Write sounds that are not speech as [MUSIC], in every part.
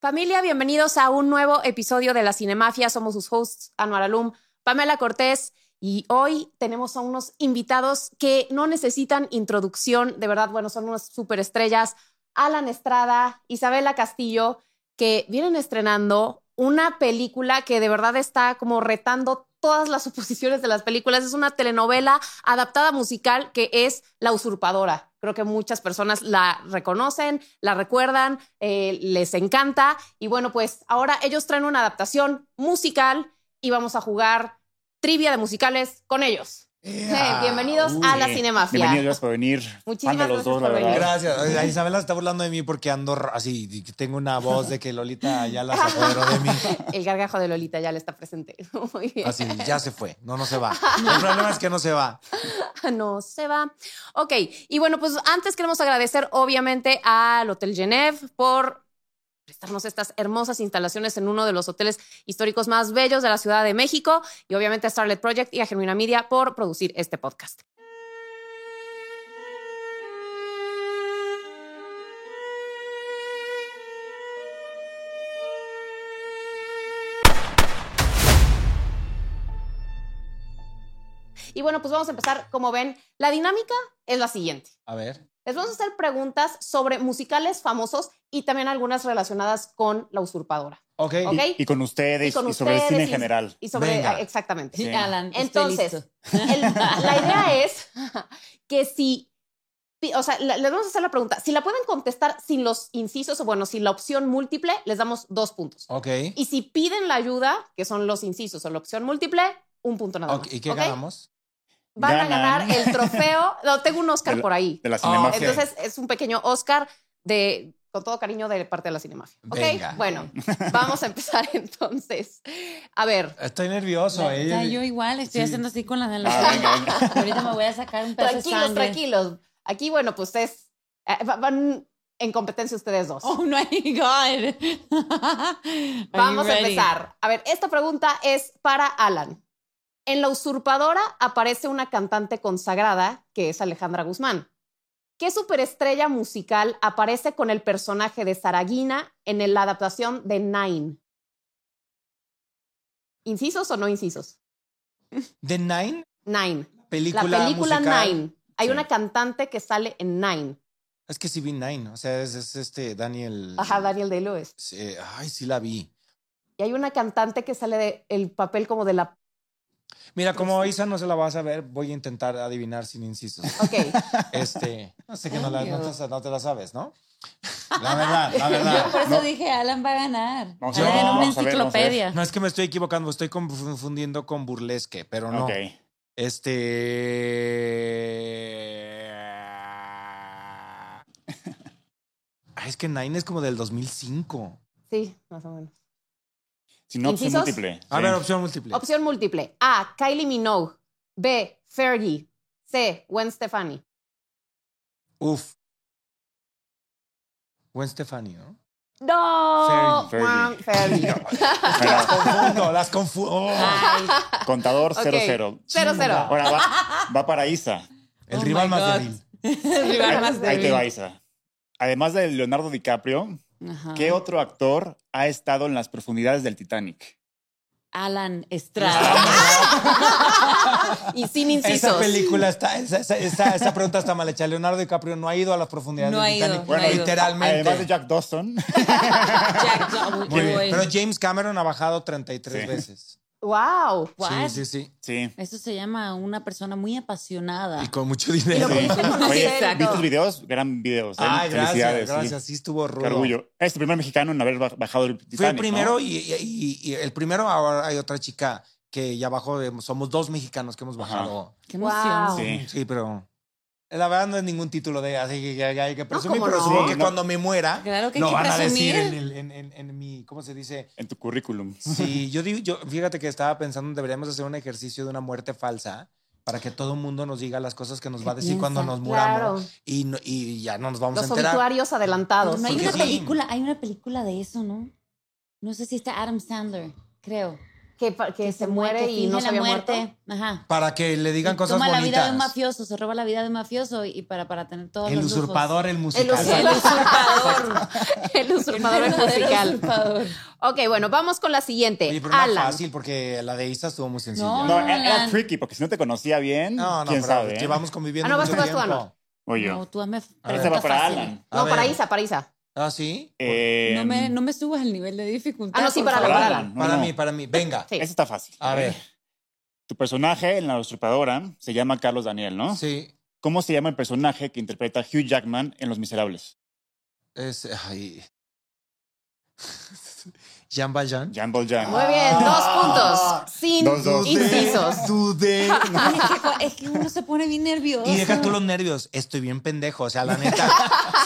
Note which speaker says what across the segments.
Speaker 1: Familia, bienvenidos a un nuevo episodio de La Cinemafia. Somos sus hosts, Anuar Alum, Pamela Cortés. Y hoy tenemos a unos invitados que no necesitan introducción. De verdad, bueno, son unas superestrellas. Alan Estrada, Isabela Castillo, que vienen estrenando una película que de verdad está como retando todas las [LAUGHS] suposiciones de las películas. Es una telenovela adaptada musical que es La Usurpadora. Creo que muchas personas la reconocen, la recuerdan, eh, les encanta. Y bueno, pues ahora ellos traen una adaptación musical y vamos a jugar trivia de musicales con ellos.
Speaker 2: Yeah.
Speaker 1: Eh, bienvenidos
Speaker 2: Uy.
Speaker 1: a la Cinemafia.
Speaker 3: Bienvenidos, gracias por venir.
Speaker 1: Muchísimas
Speaker 3: Fan de los
Speaker 1: gracias
Speaker 3: dos, la
Speaker 1: por
Speaker 3: verdad.
Speaker 1: venir.
Speaker 2: Gracias. Ay, la Isabela está burlando de mí porque ando r- así. y que Tengo una voz de que Lolita ya la apoderó
Speaker 1: [LAUGHS]
Speaker 2: de mí.
Speaker 1: El gargajo de Lolita ya le está presente. [LAUGHS] Muy bien.
Speaker 2: Así, ya se fue. No, no
Speaker 1: [LAUGHS]
Speaker 2: se va. El problema es que no se va.
Speaker 1: No se va. Ok, y bueno, pues antes queremos agradecer obviamente al Hotel Genève por prestarnos estas hermosas instalaciones en uno de los hoteles históricos más bellos de la Ciudad de México y obviamente a Starlet Project y a Genuina Media por producir este podcast. Y bueno, pues vamos a empezar. Como ven, la dinámica es la siguiente.
Speaker 2: A ver.
Speaker 1: Les vamos a hacer preguntas sobre musicales famosos y también algunas relacionadas con la usurpadora.
Speaker 2: Ok.
Speaker 1: Ok.
Speaker 3: Y con ustedes, y,
Speaker 1: con
Speaker 3: sobre el
Speaker 1: ustedes
Speaker 3: cine en
Speaker 1: y-
Speaker 3: general.
Speaker 1: Y sobre,
Speaker 2: Venga.
Speaker 1: ah, exactamente.
Speaker 3: Sí.
Speaker 4: Alan, estoy
Speaker 1: Entonces,
Speaker 4: listo.
Speaker 1: el- la
Speaker 2: [LAUGHS]
Speaker 1: idea es que si, pi- o sea, la- les vamos a hacer la pregunta, si la pueden contestar sin los incisos o bueno, sin la opción múltiple, les damos dos puntos.
Speaker 2: Ok.
Speaker 1: Y si piden la ayuda, que son los incisos o la opción múltiple, un punto nada
Speaker 2: Ok,
Speaker 1: más.
Speaker 2: ¿Y qué
Speaker 1: ¿ok?
Speaker 2: ganamos?
Speaker 1: Van a
Speaker 3: Ganan.
Speaker 1: ganar el trofeo. No, tengo un Oscar
Speaker 3: Del-
Speaker 1: por ahí.
Speaker 3: De la
Speaker 2: Ah,
Speaker 3: Cinemafia.
Speaker 2: ok.
Speaker 1: Entonces es un pequeño Oscar de con todo cariño de parte de la Cinemafia. ¿Ok?
Speaker 2: Venga.
Speaker 1: Bueno, vamos a empezar [LAUGHS] entonces. A ver,
Speaker 2: Estoy nervioso.
Speaker 4: Ya-
Speaker 2: eh.
Speaker 4: ya yo igual estoy
Speaker 2: Sí.
Speaker 4: haciendo así con las de la
Speaker 3: Ah, venga, venga.
Speaker 4: [LAUGHS] Ahorita me voy a sacar un pedazo de
Speaker 1: tranquilos,
Speaker 4: sangre.
Speaker 1: tranquilos. Aquí, bueno, pues es. eh, va- van en competencia ustedes dos.
Speaker 4: Oh [LAUGHS] my God. Are you
Speaker 1: Vamos a
Speaker 4: ready?
Speaker 1: empezar. A ver, esta pregunta es para Alan. En La Usurpadora aparece una cantante consagrada que es Alejandra Guzmán. ¿Qué superestrella musical aparece con el personaje de Saraguina en la adaptación de Nine? ¿Incisos o no incisos?
Speaker 2: The Nine,
Speaker 1: Nine.
Speaker 2: película,
Speaker 1: la película
Speaker 2: musical.
Speaker 1: Nine. Hay
Speaker 3: Sí.
Speaker 1: una cantante que sale en Nine.
Speaker 2: Es que sí vi Nine. O sea, es, es este Daniel.
Speaker 1: Ajá, Daniel Day-Lewis.
Speaker 2: Sí, ay, sí la vi.
Speaker 1: Y hay una cantante que sale del papel como de la...
Speaker 2: Mira, como Isa no se la vas a ver, voy a intentar adivinar sin incisos.
Speaker 1: Ok.
Speaker 2: [LAUGHS] Este, no sé que no, la,
Speaker 4: Ay,
Speaker 2: no,
Speaker 4: Dios.
Speaker 2: te, no te la sabes, ¿no? La verdad, la
Speaker 4: [LAUGHS]
Speaker 2: verdad.
Speaker 4: Yo por eso
Speaker 3: No.
Speaker 4: dije, Alan va a ganar.
Speaker 3: Vamos
Speaker 2: a
Speaker 4: Alan
Speaker 2: ver,
Speaker 4: en una
Speaker 3: vamos a ver, vamos a ver.
Speaker 4: enciclopedia. [LAUGHS]
Speaker 2: No, es que me estoy equivocando, estoy confundiendo con burlesque, pero no.
Speaker 3: Ok.
Speaker 2: [LAUGHS] Este. Ay, es que Nine es como del 2005.
Speaker 1: Sí, más o menos.
Speaker 3: Sinopsis
Speaker 1: ¿Incisos?
Speaker 3: pues múltiple.
Speaker 2: A
Speaker 3: Sí.
Speaker 2: ver, opción múltiple.
Speaker 1: Opción múltiple. A. Kylie Minogue. B. Fergie. C. Gwen Stefani.
Speaker 2: Uf. Gwen Stefani, ¿no?
Speaker 1: No.
Speaker 3: Fergie.
Speaker 1: Juan, Fergie.
Speaker 2: [LAUGHS]
Speaker 1: [LAUGHS]
Speaker 3: Bueno,
Speaker 2: Confundo, las oh. confundo.
Speaker 4: Ay,
Speaker 3: contador
Speaker 1: Ok.
Speaker 3: 00.
Speaker 1: Cero, cero.
Speaker 3: Ahora va, va para Isa.
Speaker 2: El
Speaker 4: Oh
Speaker 2: rival
Speaker 4: my
Speaker 2: más
Speaker 4: God.
Speaker 2: débil.
Speaker 4: el rival más
Speaker 3: Ahí te
Speaker 4: débil.
Speaker 3: va Isa. Además de Leonardo DiCaprio,
Speaker 4: Ajá.
Speaker 3: ¿qué otro actor ha estado en las profundidades del Titanic?
Speaker 4: Alan Estrada. [LAUGHS]
Speaker 1: Y sin
Speaker 2: Esa
Speaker 1: incisos.
Speaker 2: película está, esa, esa- esa- esa pregunta está mal hecha. Leonardo DiCaprio no ha ido a las profundidades
Speaker 4: No
Speaker 2: del
Speaker 4: ha ido,
Speaker 2: Titanic.
Speaker 4: no ha ido.
Speaker 2: literalmente.
Speaker 3: Además de Jack Dawson. [LAUGHS]
Speaker 4: Jack Dawson.
Speaker 2: Muy bien.
Speaker 4: Uy.
Speaker 2: Pero James Cameron ha bajado 33
Speaker 3: Sí.
Speaker 2: veces.
Speaker 1: Wow.
Speaker 4: What?
Speaker 2: Sí, sí, sí.
Speaker 3: Sí.
Speaker 4: Eso se llama una persona muy apasionada.
Speaker 2: Y con mucho
Speaker 1: Y
Speaker 2: dinero.
Speaker 1: lo pudiste
Speaker 3: Sí.
Speaker 1: conocer
Speaker 3: Oye,
Speaker 1: y todo.
Speaker 3: ¿viste los videos? Gran videos. ¿eh?
Speaker 2: Ay,
Speaker 3: Felicidades.
Speaker 2: gracias,
Speaker 3: sí.
Speaker 2: gracias. Sí, estuvo rudo.
Speaker 3: Qué orgullo. Es el primer mexicano en haber ba- bajado el Titanic.
Speaker 2: Fue el primero
Speaker 3: ¿no?
Speaker 2: y, y- y- y el primero ahora hay otra chica que ya bajó. de- Somos dos mexicanos que hemos bajado.
Speaker 4: Qué
Speaker 1: Wow.
Speaker 4: emoción.
Speaker 3: Sí.
Speaker 1: Oh.
Speaker 2: Sí, pero la verdad no es ningún título de así que ya- ya hay que presumir,
Speaker 1: ¿cómo
Speaker 2: pero
Speaker 1: no?
Speaker 2: supongo
Speaker 3: Sí,
Speaker 2: que
Speaker 3: no.
Speaker 2: cuando me muera
Speaker 4: Claro que hay
Speaker 2: lo
Speaker 4: que
Speaker 2: van a decir
Speaker 4: presumir.
Speaker 2: en, el- en- en- en mi, ¿cómo se dice?
Speaker 3: En tu currículum.
Speaker 2: Sí, yo digo, yo, fíjate que estaba pensando, deberíamos hacer un ejercicio de una muerte falsa para que todo el mundo nos diga las cosas que nos va a decir
Speaker 4: piensa?
Speaker 2: cuando nos muramos
Speaker 1: Claro.
Speaker 2: y, no- y ya no nos vamos a
Speaker 1: Los
Speaker 2: enterar.
Speaker 1: obituarios adelantados.
Speaker 4: No hay
Speaker 2: Porque
Speaker 4: una
Speaker 2: sí.
Speaker 4: película, hay una película de eso, ¿no? No sé si está Adam Sandler, creo.
Speaker 1: que, pa- que se muere y no se había muerto.
Speaker 4: Ajá.
Speaker 2: Para que le digan cosas
Speaker 4: Toma la vida de un
Speaker 2: bonitas.
Speaker 4: mafioso, se roba la vida de un mafioso y para, para tener todos
Speaker 2: el
Speaker 4: los lujos.
Speaker 2: usurpador, el
Speaker 1: El
Speaker 2: musical.
Speaker 1: usurpador. El usurpador. [LAUGHS] es
Speaker 4: verdadero
Speaker 1: musical.
Speaker 4: usurpador.
Speaker 1: Ok, bueno, vamos con la siguiente.
Speaker 2: Oye, pero
Speaker 1: Alan.
Speaker 2: era fácil porque la de Isa estuvo muy sencilla.
Speaker 4: No,
Speaker 3: No, era, era
Speaker 4: Alan.
Speaker 3: tricky porque si no te conocía bien,
Speaker 2: No, no,
Speaker 3: quién
Speaker 2: pero
Speaker 3: sabe. ¿eh?
Speaker 2: llevamos conviviendo
Speaker 1: Ah, no, vas
Speaker 2: mucho
Speaker 1: tú, vas tú,
Speaker 2: tiempo.
Speaker 1: Ana.
Speaker 3: Voy yo.
Speaker 4: No, tú hazme
Speaker 2: ver.
Speaker 3: Esta va
Speaker 4: preguntas
Speaker 3: para
Speaker 4: fácil.
Speaker 3: Alan.
Speaker 1: No,
Speaker 2: A
Speaker 1: para
Speaker 2: ver.
Speaker 1: Isa, para Isa.
Speaker 2: ¿Ah, sí?
Speaker 3: Eh,
Speaker 4: No
Speaker 2: Em.
Speaker 4: me, no me subas el nivel de dificultad.
Speaker 1: Ah, no, sí,
Speaker 4: por
Speaker 1: para
Speaker 4: favor.
Speaker 1: lograr.
Speaker 3: Alan, no,
Speaker 2: para Ah.
Speaker 3: no.
Speaker 2: mí, para mí. Venga.
Speaker 1: Sí.
Speaker 3: Esa está fácil.
Speaker 2: A ver.
Speaker 3: Tu personaje en La Usurpadora se llama Carlos Daniel, ¿no?
Speaker 2: Sí.
Speaker 3: ¿Cómo se llama el personaje que interpreta Hugh Jackman en Los Miserables?
Speaker 2: Es, ay. [LAUGHS] Jean Valjean.
Speaker 3: Jean Valjean.
Speaker 1: Muy bien, dos
Speaker 2: Ah.
Speaker 1: puntos. Sin
Speaker 3: Dos, dos.
Speaker 1: incisos.
Speaker 2: Dudé.
Speaker 4: Ay, es, que, cua- es que uno se pone bien nervioso.
Speaker 2: Y deja tú los nervios. Estoy bien pendejo. O sea, la
Speaker 4: [LAUGHS]
Speaker 2: neta,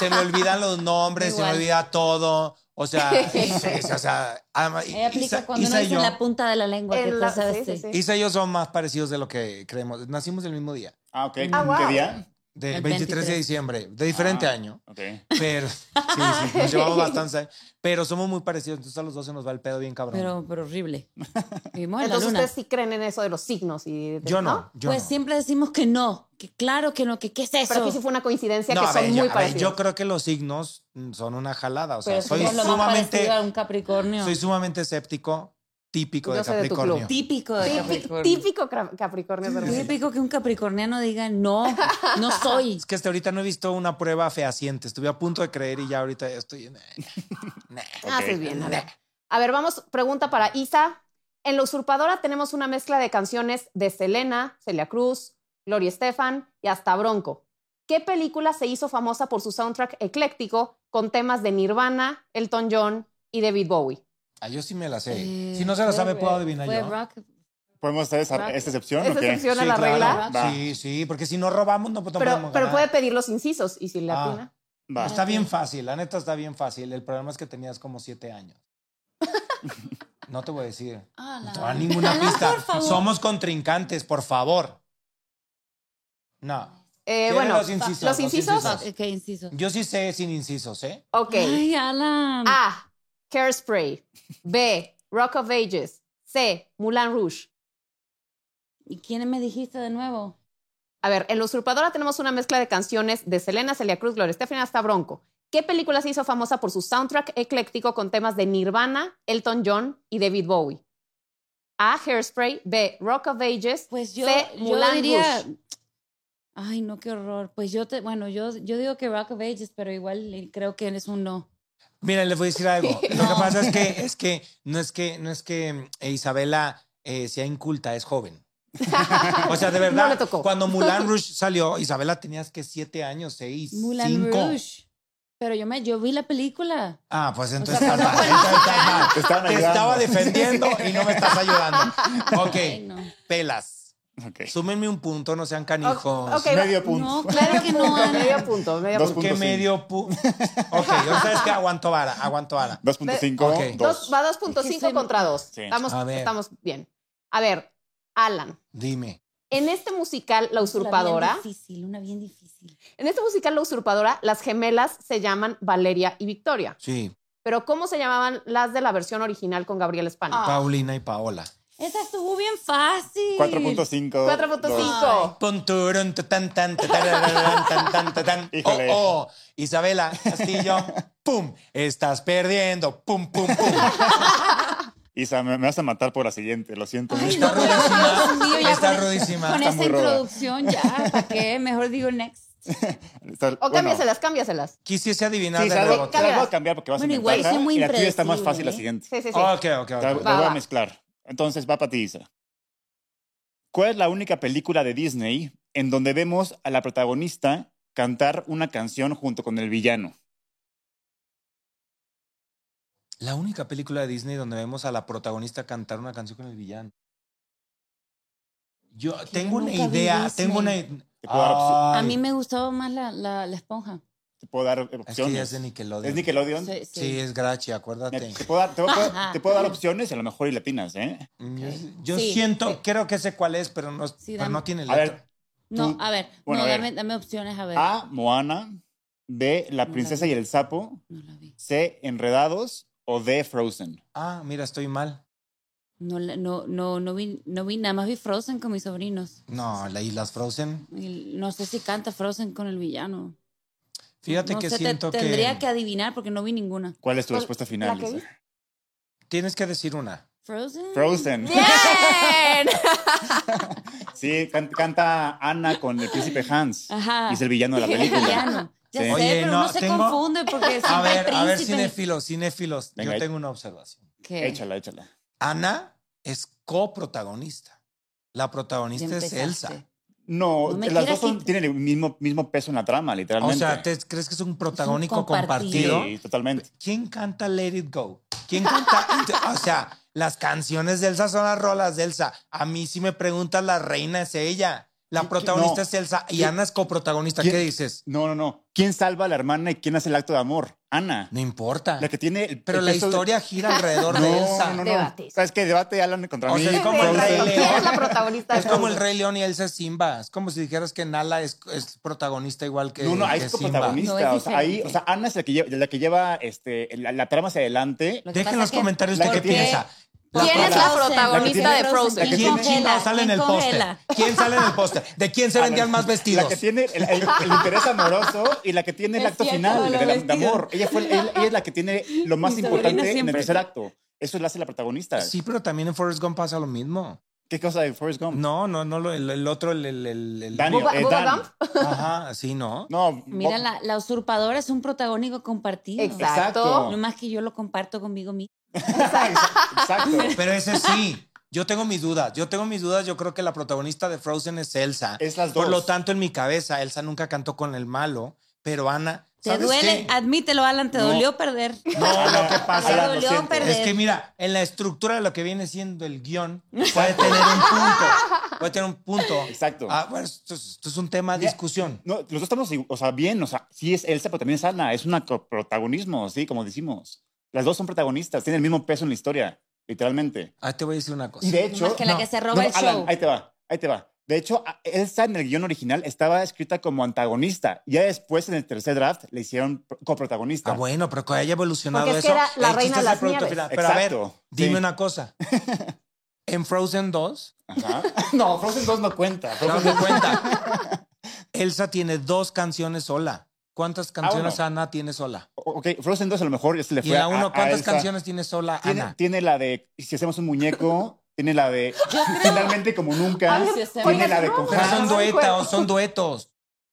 Speaker 2: se me olvidan los nombres, se
Speaker 4: Igual.
Speaker 2: me olvida todo. O sea,
Speaker 4: [LAUGHS]
Speaker 2: sí, sí, o sea, además,
Speaker 4: Ahí aplica
Speaker 2: Isa-
Speaker 4: cuando
Speaker 2: Isa
Speaker 4: uno
Speaker 2: y
Speaker 4: dice
Speaker 2: yo,
Speaker 4: en la punta de la lengua.
Speaker 1: En
Speaker 4: que
Speaker 1: la-
Speaker 4: tú sabes
Speaker 1: sí, sí,
Speaker 4: que-
Speaker 1: sí.
Speaker 2: Isa y yo somos más parecidos de lo que creemos. Nacimos el mismo día,
Speaker 3: [LAUGHS] Ah, ok.
Speaker 1: Ah, wow.
Speaker 3: ¿Qué día?
Speaker 2: de
Speaker 4: El
Speaker 2: 23, de
Speaker 4: 23.
Speaker 2: diciembre, de diferente
Speaker 3: Ah.
Speaker 2: año.
Speaker 3: Ok.
Speaker 4: [LAUGHS]
Speaker 2: Pero sí, sí, nos llevamos bastante, años, pero somos muy parecidos. Entonces a los dos se nos va el pedo bien cabrón.
Speaker 4: Pero,
Speaker 2: [LAUGHS]
Speaker 4: pero horrible. Vivimos en la
Speaker 1: Entonces
Speaker 4: luna.
Speaker 1: ustedes sí creen en eso de los signos y de-
Speaker 2: yo no, yo
Speaker 4: pues
Speaker 2: no.
Speaker 4: siempre decimos que no. Que claro que no. Que qué es eso.
Speaker 1: Pero aquí sí fue una coincidencia
Speaker 2: No,
Speaker 1: que
Speaker 2: a
Speaker 1: son
Speaker 2: ver, yo,
Speaker 1: muy
Speaker 2: a ver,
Speaker 1: parecidos.
Speaker 2: yo creo que los signos mm, son una jalada. O sea,
Speaker 4: Pero
Speaker 2: soy
Speaker 4: somos lo más
Speaker 2: sumamente,
Speaker 4: parecido a un Capricornio.
Speaker 2: soy sumamente escéptico, típico
Speaker 1: Yo
Speaker 2: de
Speaker 1: soy Pues de tu club.
Speaker 2: Capricornio.
Speaker 4: Típico de
Speaker 1: Típico,
Speaker 4: Capricornio.
Speaker 1: típico cra- Capricornio. pero sí.
Speaker 4: Típico que un capricorniano diga no, no soy.
Speaker 2: Es que hasta ahorita no he visto una prueba fehaciente. Estuve a punto de creer y ya ahorita ya estoy. en- eh,
Speaker 1: Haces Ah, bien, a ver. A ver, vamos, pregunta para Isa. En La Usurpadora tenemos una mezcla de canciones de Selena, Celia Cruz, Gloria Estefan y hasta Bronco. ¿Qué película se hizo famosa por su soundtrack ecléctico con temas de Nirvana, Elton John y David Bowie?
Speaker 2: Ah, yo sí me la sé.
Speaker 4: Eh,
Speaker 2: si no se la
Speaker 4: fue-
Speaker 2: sabe, puedo adivinar
Speaker 4: fue
Speaker 2: yo.
Speaker 4: rock.
Speaker 3: ¿Podemos hacer esa,
Speaker 4: Rock.
Speaker 3: esta excepción
Speaker 1: ¿Es
Speaker 3: o qué?
Speaker 1: excepción a
Speaker 2: Sí,
Speaker 1: la
Speaker 2: claro.
Speaker 1: regla?
Speaker 3: Va.
Speaker 2: Sí, sí, porque si no robamos, no podemos
Speaker 1: Pero,
Speaker 2: ganar.
Speaker 1: pero puede pedir los incisos y si le
Speaker 2: Ah.
Speaker 1: atina.
Speaker 3: Va.
Speaker 2: Está bien fácil, la neta está bien fácil. El problema es que tenías como
Speaker 1: [LAUGHS]
Speaker 2: siete años. No te voy a decir. No te
Speaker 1: Ah.
Speaker 2: voy a dar ninguna
Speaker 1: [LAUGHS]
Speaker 4: No,
Speaker 2: pista.
Speaker 4: por favor.
Speaker 2: Somos contrincantes, por favor. No.
Speaker 1: Eh,
Speaker 2: ¿Quieren
Speaker 1: bueno,
Speaker 2: los incisos,
Speaker 1: los
Speaker 2: los
Speaker 1: incisos.
Speaker 2: incisos.
Speaker 4: Ok, inciso.
Speaker 2: Yo sí sé sin incisos, ¿eh?
Speaker 1: Ok. Ah.
Speaker 4: Ay, Alan.
Speaker 1: A. Hairspray. B. Rock of Ages. C. Moulin Rouge.
Speaker 4: ¿Y quién me dijiste de nuevo?
Speaker 1: A ver, en La Usurpadora tenemos una mezcla de canciones de Selena, Celia Cruz, Gloria Estefan hasta Bronco. ¿Qué película se hizo famosa por su soundtrack ecléctico con temas de Nirvana, Elton John y David Bowie? A. Hairspray. B. Rock of Ages.
Speaker 4: Pues yo,
Speaker 1: C.
Speaker 4: yo
Speaker 1: Moulin
Speaker 4: diría.
Speaker 1: Rouge.
Speaker 4: Ay, no, qué horror. Pues yo te, bueno, yo, yo digo que Rock of Ages, pero igual eh, creo que es un no.
Speaker 2: Miren, les voy a decir algo. Lo que pasa
Speaker 1: [LAUGHS]
Speaker 2: es que, es que no es que, no es que mm, eh, Isabela eh, sea inculta,
Speaker 1: [LAUGHS]
Speaker 2: es joven. O sea, de verdad,
Speaker 1: No le tocó. [LAUGHS]
Speaker 2: cuando Mulan Rouge salió, Isabela tenías que siete años, seis,
Speaker 4: Moulin
Speaker 2: cinco.
Speaker 4: Rouge. Pero yo me, yo vi la película.
Speaker 2: Ah, pues entonces
Speaker 4: sea,
Speaker 2: estás
Speaker 4: pero
Speaker 2: mal, entonces estás mal.
Speaker 3: Te estaban
Speaker 2: Te
Speaker 3: ayudando.
Speaker 2: estaba defendiendo y no me estás ayudando.
Speaker 1: [LAUGHS]
Speaker 4: Ay,
Speaker 2: Ok,
Speaker 4: no.
Speaker 2: pelas.
Speaker 3: [LAUGHS] Ok.
Speaker 2: Súmenme un punto, no sean canijos.
Speaker 1: Ok,
Speaker 3: Medio punto.
Speaker 4: No, claro que no,
Speaker 1: punto, [LAUGHS]
Speaker 4: Ana.
Speaker 1: medio punto, medio
Speaker 3: Dos
Speaker 1: punto.
Speaker 2: ¿Qué
Speaker 3: punto
Speaker 2: medio punto? [LAUGHS] Ok, ustedes que aguanto vara, aguanto vara.
Speaker 3: 2.5.
Speaker 2: Ok.
Speaker 1: Dos,
Speaker 3: dos.
Speaker 1: va
Speaker 4: Es que
Speaker 1: 2.5
Speaker 4: soy-
Speaker 1: contra 2.
Speaker 3: Sí.
Speaker 1: Estamos,
Speaker 2: A ver.
Speaker 1: estamos bien. A ver, Alan,
Speaker 2: Dime.
Speaker 1: en este musical La
Speaker 4: Una
Speaker 1: Usurpadora,
Speaker 4: bien difícil, una bien difícil.
Speaker 1: en este musical La Usurpadora, las gemelas se llaman Valeria y Victoria.
Speaker 2: Sí,
Speaker 1: Pero ¿cómo se llamaban las de la versión original con Gabriel España?
Speaker 2: Paulina y Paola.
Speaker 4: Esa estuvo bien fácil.
Speaker 3: 4.5.
Speaker 1: 4.5.
Speaker 3: dos.
Speaker 2: Pon, turun, tu, tan, tan, ta, tarararán, tan, tan, ta, tan. Oh,
Speaker 3: [LAUGHS] Híjole.
Speaker 2: oh, Isabela
Speaker 3: [LAUGHS]
Speaker 2: Castillo, pum, estás perdiendo, pum, pum, pum.
Speaker 3: Isa, me, me vas a matar por la siguiente, lo siento.
Speaker 4: Ay,
Speaker 2: Está
Speaker 4: no, puedo, Dios mío, ya
Speaker 2: Está
Speaker 4: con-
Speaker 2: rudísima.
Speaker 4: Con
Speaker 3: Está
Speaker 4: esa
Speaker 3: muy ruda.
Speaker 4: introducción ya, ¿para qué? Mejor digo next.
Speaker 3: Está-
Speaker 1: O
Speaker 3: bueno,
Speaker 1: cámbiaselas, cámbiaselas.
Speaker 2: Quisiese adivinar
Speaker 3: Sí,
Speaker 2: de
Speaker 3: se las voy-
Speaker 2: rebote.
Speaker 3: se las voy a cambiar porque vas
Speaker 4: Bueno,
Speaker 3: a
Speaker 4: igual
Speaker 3: ventaja
Speaker 4: soy muy
Speaker 3: y la tuya está más
Speaker 4: impredecible,
Speaker 3: fácil la
Speaker 4: ¿eh?
Speaker 3: siguiente.
Speaker 1: Sí, sí, sí.
Speaker 2: Ok, ok,
Speaker 3: Te,
Speaker 2: ok.
Speaker 3: te voy
Speaker 1: va.
Speaker 3: a mezclar. Entonces, va para ti, Isa. ¿Cuál es la única película de Disney en donde vemos a la protagonista cantar una canción junto con el villano?
Speaker 2: La única película de Disney donde vemos a la protagonista cantar una canción con el villano. Yo tengo una
Speaker 4: nunca vi
Speaker 2: idea,
Speaker 4: Disney.
Speaker 2: tengo una.
Speaker 3: Te puedo dar opci-
Speaker 4: A
Speaker 2: Ay,
Speaker 4: mí me gustaba más la, la, la esponja.
Speaker 3: te puedo dar
Speaker 2: Es que ya es
Speaker 3: opciones.
Speaker 2: de Nickelodeon.
Speaker 3: ¿Es Nickelodeon?
Speaker 4: Sí, sí.
Speaker 2: Sí, es Grachi,
Speaker 3: Me-
Speaker 2: acuérdate.
Speaker 3: Te puedo dar, te puedo- te puedo dar opciones, a lo mejor y latinas, ¿eh?
Speaker 2: Yo, Mm, yo
Speaker 4: Sí,
Speaker 2: siento,
Speaker 4: sí.
Speaker 2: creo que sé cuál es, pero no,
Speaker 4: Sí,
Speaker 2: pero
Speaker 4: dame.
Speaker 2: no tiene
Speaker 3: A
Speaker 2: letra.
Speaker 3: ver, Tú-
Speaker 4: No, a ver,
Speaker 3: bueno,
Speaker 4: no,
Speaker 3: a ver. Ah.
Speaker 4: Dame, dame opciones, a ver.
Speaker 3: A, Moana. B, La
Speaker 4: No la
Speaker 3: princesa
Speaker 4: vi.
Speaker 3: y el sapo.
Speaker 4: No la vi.
Speaker 3: C, Enredados. O D, Frozen.
Speaker 2: Ah, mira, estoy mal.
Speaker 4: No, la- no, no, no, vi, no vi, nada más vi Frozen con mis sobrinos.
Speaker 2: No, la- y las Frozen.
Speaker 4: Y no sé si canta Frozen con el villano.
Speaker 2: Fíjate
Speaker 4: No
Speaker 2: que
Speaker 4: sé, te-
Speaker 2: siento que,
Speaker 4: Tendría que adivinar porque no vi ninguna.
Speaker 3: ¿Cuál es tu
Speaker 1: ¿Cuál-
Speaker 3: respuesta
Speaker 1: la
Speaker 3: final,
Speaker 1: que
Speaker 3: Lisa?
Speaker 1: viste?
Speaker 2: tienes que decir una.
Speaker 4: Frozen.
Speaker 2: [LAUGHS]
Speaker 3: Frozen.
Speaker 1: ¡Bien!
Speaker 3: Sí, can- canta Ana con el príncipe Hans.
Speaker 4: Ajá.
Speaker 3: Y es el villano de la película.
Speaker 4: Villano. Ya
Speaker 3: Sí.
Speaker 4: sé,
Speaker 2: Oye,
Speaker 4: pero
Speaker 2: no,
Speaker 4: no se
Speaker 2: tengo-
Speaker 4: confunde porque
Speaker 2: A
Speaker 4: siempre hay
Speaker 2: ver, a ver,
Speaker 4: príncipes.
Speaker 2: cinéfilos, cinéfilos.
Speaker 3: Venga,
Speaker 2: Yo tengo una observación.
Speaker 4: ¿Qué?
Speaker 3: Échala, échala.
Speaker 2: Ana es coprotagonista. La
Speaker 4: Ya
Speaker 2: protagonista es
Speaker 4: empezaste.
Speaker 2: Elsa.
Speaker 3: No,
Speaker 4: No me
Speaker 3: las dos
Speaker 4: quieras
Speaker 3: son-
Speaker 4: ir.
Speaker 3: tienen el mismo, mismo peso en la trama,
Speaker 2: O
Speaker 3: literalmente.
Speaker 2: sea, ¿te- ¿crees que es un protagónico
Speaker 4: compartido.
Speaker 2: compartido?
Speaker 3: Sí, totalmente.
Speaker 2: ¿Quién canta Let It Go? ¿Quién canta? o sea, las canciones de Elsa son las rolas de Elsa. A mí si me preguntas, la reina es ella. La protagonista
Speaker 3: No.
Speaker 2: es Elsa y
Speaker 3: ¿Quién-
Speaker 2: Ana es coprotagonista.
Speaker 3: quién-
Speaker 2: ¿Qué dices?
Speaker 3: No, no, no. ¿Quién salva a la hermana y quién hace el acto de amor? Ana.
Speaker 2: No importa.
Speaker 3: La que tiene el
Speaker 2: Pero
Speaker 3: el
Speaker 2: la
Speaker 3: peso de-
Speaker 2: historia gira alrededor de Elsa.
Speaker 3: No, no, no.
Speaker 1: Debate.
Speaker 3: ¿Sabes qué? Debate Alan contra
Speaker 2: O
Speaker 3: mí.
Speaker 2: sea, es como el
Speaker 3: Frozen.
Speaker 2: Rey León.
Speaker 1: ¿Quién es la protagonista? de este
Speaker 2: Es como el
Speaker 1: Frozen?
Speaker 2: Rey León y Elsa es Simba. Es como si dijeras que Nala es, es protagonista igual que.
Speaker 3: No, no, ahí
Speaker 2: que
Speaker 3: es
Speaker 2: Simba.
Speaker 3: coprotagonista.
Speaker 4: No, es
Speaker 3: o sea, ahí,
Speaker 4: diferente.
Speaker 3: o sea, Ana es la que lleva, la que lleva este, la, la trama hacia adelante.
Speaker 4: Lo que
Speaker 2: Dejen
Speaker 4: pasa
Speaker 2: los
Speaker 4: que-
Speaker 2: comentarios de
Speaker 3: la
Speaker 2: qué
Speaker 3: que tiene-
Speaker 2: piensa. La
Speaker 1: ¿Quién es la
Speaker 2: protagonista?
Speaker 1: protagonista de Frozen?
Speaker 2: ¿De
Speaker 1: ¿Quién
Speaker 2: quién
Speaker 4: congela?
Speaker 2: chingado sale en
Speaker 4: ¿Quién
Speaker 2: el póster?
Speaker 4: congela?
Speaker 2: ¿Quién sale en el póster? ¿De quién se
Speaker 3: A
Speaker 2: vendían
Speaker 3: ver,
Speaker 2: más
Speaker 3: La
Speaker 2: vestidos?
Speaker 3: que tiene el, el- el interés amoroso y la que tiene el
Speaker 4: Es
Speaker 3: acto
Speaker 4: cierto,
Speaker 3: final de,
Speaker 4: lo
Speaker 3: de
Speaker 4: vestido.
Speaker 3: amor. Ella, fue, ella, ella es la que tiene lo más
Speaker 4: Mi sobrina
Speaker 3: importante en
Speaker 4: siempre.
Speaker 3: el tercer acto. Eso lo hace la protagonista.
Speaker 2: Sí, pero también en Forrest Gump pasa lo mismo.
Speaker 3: ¿Qué cosa de Forrest Gump?
Speaker 2: No, no, no, lo- el, el otro, el. el, el- el-
Speaker 3: Daniel,
Speaker 1: Bubba-
Speaker 3: eh,
Speaker 1: Bubba
Speaker 3: Dan.
Speaker 1: Gump?
Speaker 2: Ajá, sí, ¿no?
Speaker 3: No,
Speaker 4: Mira,
Speaker 2: Oh.
Speaker 3: Bob-
Speaker 4: la, la usurpadora es un protagónico compartido.
Speaker 1: Exacto.
Speaker 4: No más que yo lo comparto conmigo mismo.
Speaker 3: [LAUGHS] Exacto.
Speaker 2: Pero ese sí. Yo tengo mis dudas. Yo tengo mis dudas. Yo creo que la protagonista de Frozen es Elsa.
Speaker 3: Es las
Speaker 2: Por
Speaker 3: dos.
Speaker 2: lo tanto, en mi cabeza, Elsa nunca cantó con el malo, pero Ana.
Speaker 4: Te
Speaker 2: ¿sabes
Speaker 4: duele,
Speaker 2: qué?
Speaker 4: admítelo, Alan, te
Speaker 3: No.
Speaker 4: dolió perder.
Speaker 2: No, lo que
Speaker 4: Te
Speaker 2: pasa
Speaker 3: Alan,
Speaker 4: dolió
Speaker 3: lo siento.
Speaker 4: perder.
Speaker 2: es que mira, en la estructura de lo que viene siendo el guión, puede tener un punto. Puede tener un punto.
Speaker 3: Exacto.
Speaker 2: Ah, bueno, esto, es- esto es un tema de
Speaker 3: Ya.
Speaker 2: discusión.
Speaker 3: No, los dos estamos, igu- o sea, bien, o sea, sí es Elsa, pero también es Ana, es un protagonismo, sí, como decimos. Las dos son protagonistas, tienen el mismo peso en la historia, literalmente.
Speaker 2: Ah, te voy a decir una cosa.
Speaker 3: Y de
Speaker 4: No
Speaker 3: hecho,
Speaker 4: más que la
Speaker 2: no,
Speaker 4: que se
Speaker 3: No,
Speaker 4: roba el
Speaker 3: Alan,
Speaker 4: show.
Speaker 3: ahí te va, ahí te va. De hecho, a- Elsa en el guión original estaba escrita como antagonista. Ya después, en el tercer draft, le hicieron pro- coprotagonista.
Speaker 2: Ah, bueno, pero que haya evolucionado
Speaker 1: Porque es que
Speaker 2: eso.
Speaker 1: era la
Speaker 2: el chiste
Speaker 1: reina de
Speaker 2: es el
Speaker 1: las
Speaker 2: producto
Speaker 1: nieves.
Speaker 2: final. Pero a ver,
Speaker 3: Exacto,
Speaker 2: dime
Speaker 3: sí.
Speaker 2: una cosa. En Frozen 2,
Speaker 3: Ajá. No, Frozen 2 no cuenta.
Speaker 2: no
Speaker 3: [LAUGHS] Frozen
Speaker 2: de cuenta, Elsa tiene dos canciones sola. ¿Cuántas canciones
Speaker 3: uno.
Speaker 2: Ana tiene sola?
Speaker 3: O- Ok, Frozen 2 a lo mejor se le
Speaker 2: Y
Speaker 3: fue
Speaker 2: en la
Speaker 3: a-
Speaker 2: 1,
Speaker 3: a
Speaker 2: ¿cuántas
Speaker 3: Elsa.
Speaker 2: canciones tiene sola
Speaker 3: Tiene,
Speaker 2: Ana?
Speaker 3: tiene la de Si hacemos un muñeco, tiene la de Finalmente como nunca,
Speaker 4: A ver, si hacemos-
Speaker 3: tiene la de
Speaker 1: Oigan,
Speaker 2: Pero
Speaker 1: Ah,
Speaker 2: son
Speaker 1: no
Speaker 3: Cojas.
Speaker 1: me acuerdo.
Speaker 2: duetos, son duetos.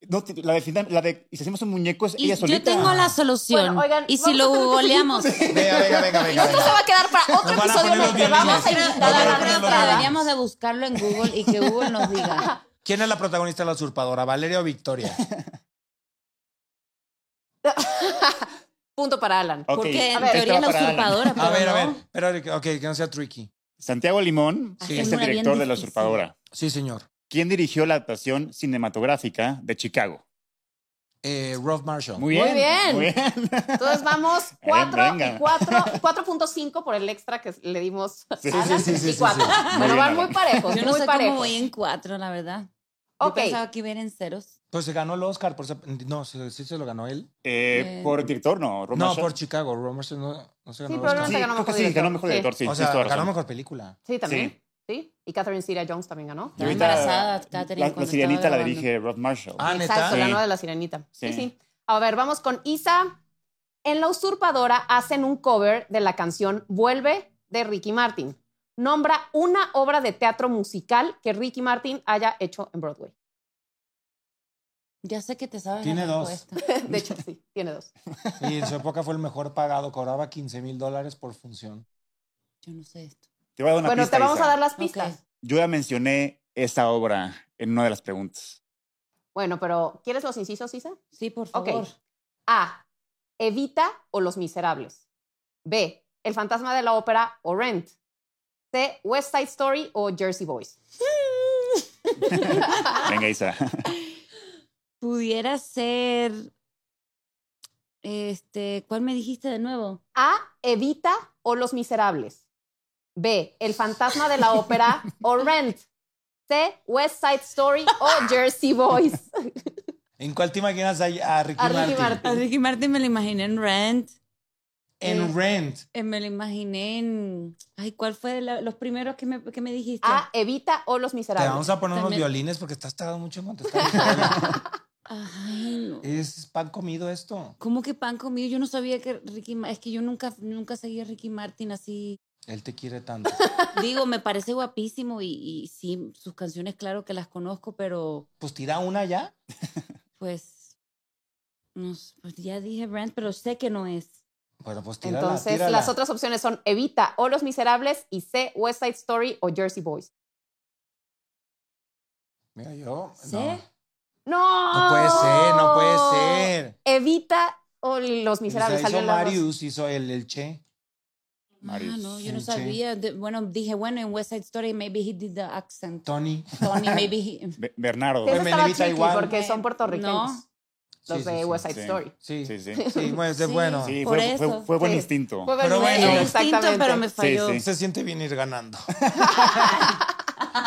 Speaker 3: No, ti- la de final, la de Si hacemos un muñeco es
Speaker 4: Y
Speaker 3: ella solita.
Speaker 4: yo tengo la solución.
Speaker 1: Bueno, oigan,
Speaker 4: y si
Speaker 1: vamos a
Speaker 4: lo
Speaker 1: tener que
Speaker 4: googleamos.
Speaker 2: Venga, venga, venga, venga.
Speaker 1: Esto se va a quedar para otro
Speaker 2: Nos van a
Speaker 1: episodio en
Speaker 2: poner
Speaker 1: el
Speaker 2: los
Speaker 1: que vamos a
Speaker 2: violines.
Speaker 1: invitar
Speaker 2: Nos van a
Speaker 1: a
Speaker 2: poner
Speaker 1: Ana
Speaker 2: los
Speaker 1: Estrada.
Speaker 2: violines.
Speaker 4: deberíamos de buscarlo en Google y que Google
Speaker 1: [LAUGHS]
Speaker 4: nos diga.
Speaker 2: ¿Quién es la protagonista de la usurpadora? ¿Valeria o Victoria?
Speaker 1: Punto para Alan.
Speaker 3: Ok,
Speaker 4: Porque en
Speaker 3: esta va
Speaker 4: teoría es la
Speaker 3: para Alan.
Speaker 4: usurpadora.
Speaker 2: A
Speaker 4: pero
Speaker 2: ver, a
Speaker 4: no.
Speaker 2: ver. Pero, ok, que no sea tricky.
Speaker 3: Santiago Limón
Speaker 4: Sí.
Speaker 3: es
Speaker 4: Hacen
Speaker 3: el
Speaker 4: una bien
Speaker 3: director de La
Speaker 4: difícil.
Speaker 3: Usurpadora.
Speaker 2: Sí, señor.
Speaker 3: ¿Quién dirigió la adaptación cinematográfica de Chicago?
Speaker 2: Eh, Rob Marshall.
Speaker 3: Muy bien.
Speaker 1: Muy bien.
Speaker 3: muy bien.
Speaker 1: Entonces
Speaker 3: [LAUGHS]
Speaker 1: vamos 4
Speaker 3: venga.
Speaker 1: y 4, 4.5 por el extra que le dimos
Speaker 3: Sí,
Speaker 1: a Alan
Speaker 2: sí, sí, sí,
Speaker 1: y
Speaker 2: sí,
Speaker 1: 4.
Speaker 2: sí.
Speaker 3: Muy
Speaker 1: Bueno,
Speaker 3: bien,
Speaker 1: van
Speaker 3: Alan.
Speaker 1: muy parejos,
Speaker 4: Yo no
Speaker 1: muy
Speaker 4: sé cómo
Speaker 1: parejos.
Speaker 4: voy en cuatro, la verdad.
Speaker 1: Ok.
Speaker 4: Yo pensaba que iba a ir en ceros.
Speaker 2: Pues se ganó el Oscar. Por, esa- no, sí, sí se lo ganó él.
Speaker 3: [LAUGHS] Eh,
Speaker 4: Bien.
Speaker 3: Por director, no. Rob
Speaker 2: no,
Speaker 3: Marshall.
Speaker 2: por Chicago. Rob Marshall no, no se ganó
Speaker 1: Sí,
Speaker 2: el
Speaker 1: pero no
Speaker 2: Oscar.
Speaker 1: se ganó
Speaker 3: creo que
Speaker 1: mejor
Speaker 3: sí, ganó
Speaker 1: director.
Speaker 3: mejor
Speaker 1: Sí.
Speaker 3: director, sí.
Speaker 2: o
Speaker 3: tienes
Speaker 2: sea,
Speaker 3: toda la
Speaker 2: ganó
Speaker 3: razón.
Speaker 2: mejor película.
Speaker 1: Sí, también.
Speaker 3: Sí.
Speaker 1: Sí. Y Catherine Zeta-Jones también ganó.
Speaker 3: Y
Speaker 4: Estaba
Speaker 3: ahorita,
Speaker 4: embarazada, Catherine,
Speaker 3: la- la,
Speaker 4: cuando
Speaker 3: sirenita
Speaker 4: estaba
Speaker 3: la
Speaker 4: grabando.
Speaker 3: dirige Rob Marshall.
Speaker 2: Ah, ¿neta?
Speaker 1: Exacto,
Speaker 3: Sí.
Speaker 1: ganó de la sirenita. Sí.
Speaker 3: Sí.
Speaker 1: sí, A ver, vamos con Isa. En La Usurpadora hacen un cover de la canción Vuelve de Ricky Martin. Nombra una obra de teatro musical que Ricky Martin haya hecho en Broadway. [LAUGHS]
Speaker 4: Ya sé que te sabes.
Speaker 2: Tiene
Speaker 4: la
Speaker 2: dos.
Speaker 4: respuesta.
Speaker 1: De hecho, sí, tiene dos.
Speaker 2: Y en su época fue el mejor pagado. Cobraba 15 mil dólares por función.
Speaker 4: Yo no sé esto.
Speaker 3: Te voy a dar una
Speaker 1: Bueno,
Speaker 3: pista,
Speaker 1: te vamos
Speaker 3: Isa.
Speaker 1: a dar las
Speaker 4: Ok.
Speaker 1: pistas.
Speaker 3: Yo ya mencioné esa obra en una de las preguntas.
Speaker 1: Bueno, pero ¿quieres los incisos, Isa?
Speaker 4: Sí, por
Speaker 1: Ok.
Speaker 4: favor.
Speaker 1: A. Evita o Los Miserables. B. El fantasma de la ópera o Rent. C. West Side Story o Jersey Boys.
Speaker 3: Venga, Isa. [LAUGHS]
Speaker 4: Pudiera ser. Este, ¿cuál me dijiste de nuevo? [LAUGHS]
Speaker 1: A. Evita o Los Miserables. B. El fantasma de la ópera o Rent. C. West Side Story o Jersey Boys.
Speaker 2: ¿En cuál te imaginas a, a Ricky
Speaker 1: A Ricky
Speaker 2: Martin?
Speaker 1: Martin.
Speaker 4: A Ricky Martin me lo imaginé en Rent.
Speaker 2: en
Speaker 4: Eh,
Speaker 2: Rent.
Speaker 4: Eh, me lo imaginé en... Ay, ¿cuál fue la- los primeros que me, que me dijiste?
Speaker 1: A Evita o Los
Speaker 2: Te vamos
Speaker 1: Miserables.
Speaker 2: a poner unos
Speaker 4: También-
Speaker 2: violines porque estás tardando mucho en contestar. [LAUGHS]
Speaker 4: Ay, no.
Speaker 2: es pan comido esto.
Speaker 4: ¿Cómo que pan comido? Yo no sabía que Ricky... Ma- Es que yo nunca, nunca seguí a Ricky Martin así.
Speaker 2: Él te quiere tanto.
Speaker 4: Digo, me parece guapísimo y, y sí, sus canciones claro que las conozco, pero
Speaker 2: Pues tira una ya.
Speaker 4: pues... No, sé, pues ya dije Rent, pero sé que no es.
Speaker 2: Bueno, pues tírala.
Speaker 1: Entonces,
Speaker 2: tírala.
Speaker 1: las otras opciones son Evita o Los Miserables y C, West Side Story o Jersey Boys.
Speaker 2: Mira, yo.
Speaker 4: ¿Sí?
Speaker 2: No.
Speaker 1: ¡No!
Speaker 2: No puede ser, no
Speaker 1: Oh.
Speaker 2: puede ser.
Speaker 1: Evita o Los
Speaker 2: O
Speaker 1: Miserables.
Speaker 2: sea,
Speaker 1: salió en
Speaker 2: hizo
Speaker 1: las dos.
Speaker 2: Marius, hizo el, el Che.
Speaker 4: Ah,
Speaker 3: Marius.
Speaker 4: no, yo no
Speaker 2: Sí.
Speaker 4: sabía. De- bueno, dije, bueno, en West Side Story maybe he did the accent.
Speaker 2: Tony.
Speaker 4: Tony,
Speaker 2: [LAUGHS]
Speaker 4: maybe he...
Speaker 3: Be- Bernardo.
Speaker 1: Que eso
Speaker 2: Carmen
Speaker 1: estaba
Speaker 2: Evita
Speaker 1: tricky
Speaker 2: igual.
Speaker 1: porque son
Speaker 4: No.
Speaker 1: puertorriqueños. Los
Speaker 2: Sí, sí,
Speaker 1: de
Speaker 2: sí,
Speaker 1: West Side
Speaker 3: sí.
Speaker 1: Story.
Speaker 2: Sí.
Speaker 3: Sí,
Speaker 4: [LAUGHS]
Speaker 3: sí.
Speaker 2: Sí, bueno, es de
Speaker 4: Sí.
Speaker 2: bueno.
Speaker 3: Sí,
Speaker 4: Por
Speaker 3: fue, fue-
Speaker 4: eso.
Speaker 3: fue buen
Speaker 1: Sí.
Speaker 3: instinto.
Speaker 1: Fue
Speaker 2: Pero
Speaker 1: Berlín,
Speaker 2: bueno.
Speaker 4: Instinto,
Speaker 1: exactamente.
Speaker 4: pero me falló.
Speaker 3: sí.
Speaker 2: Se siente bien ir
Speaker 1: [LAUGHS]
Speaker 2: ganando.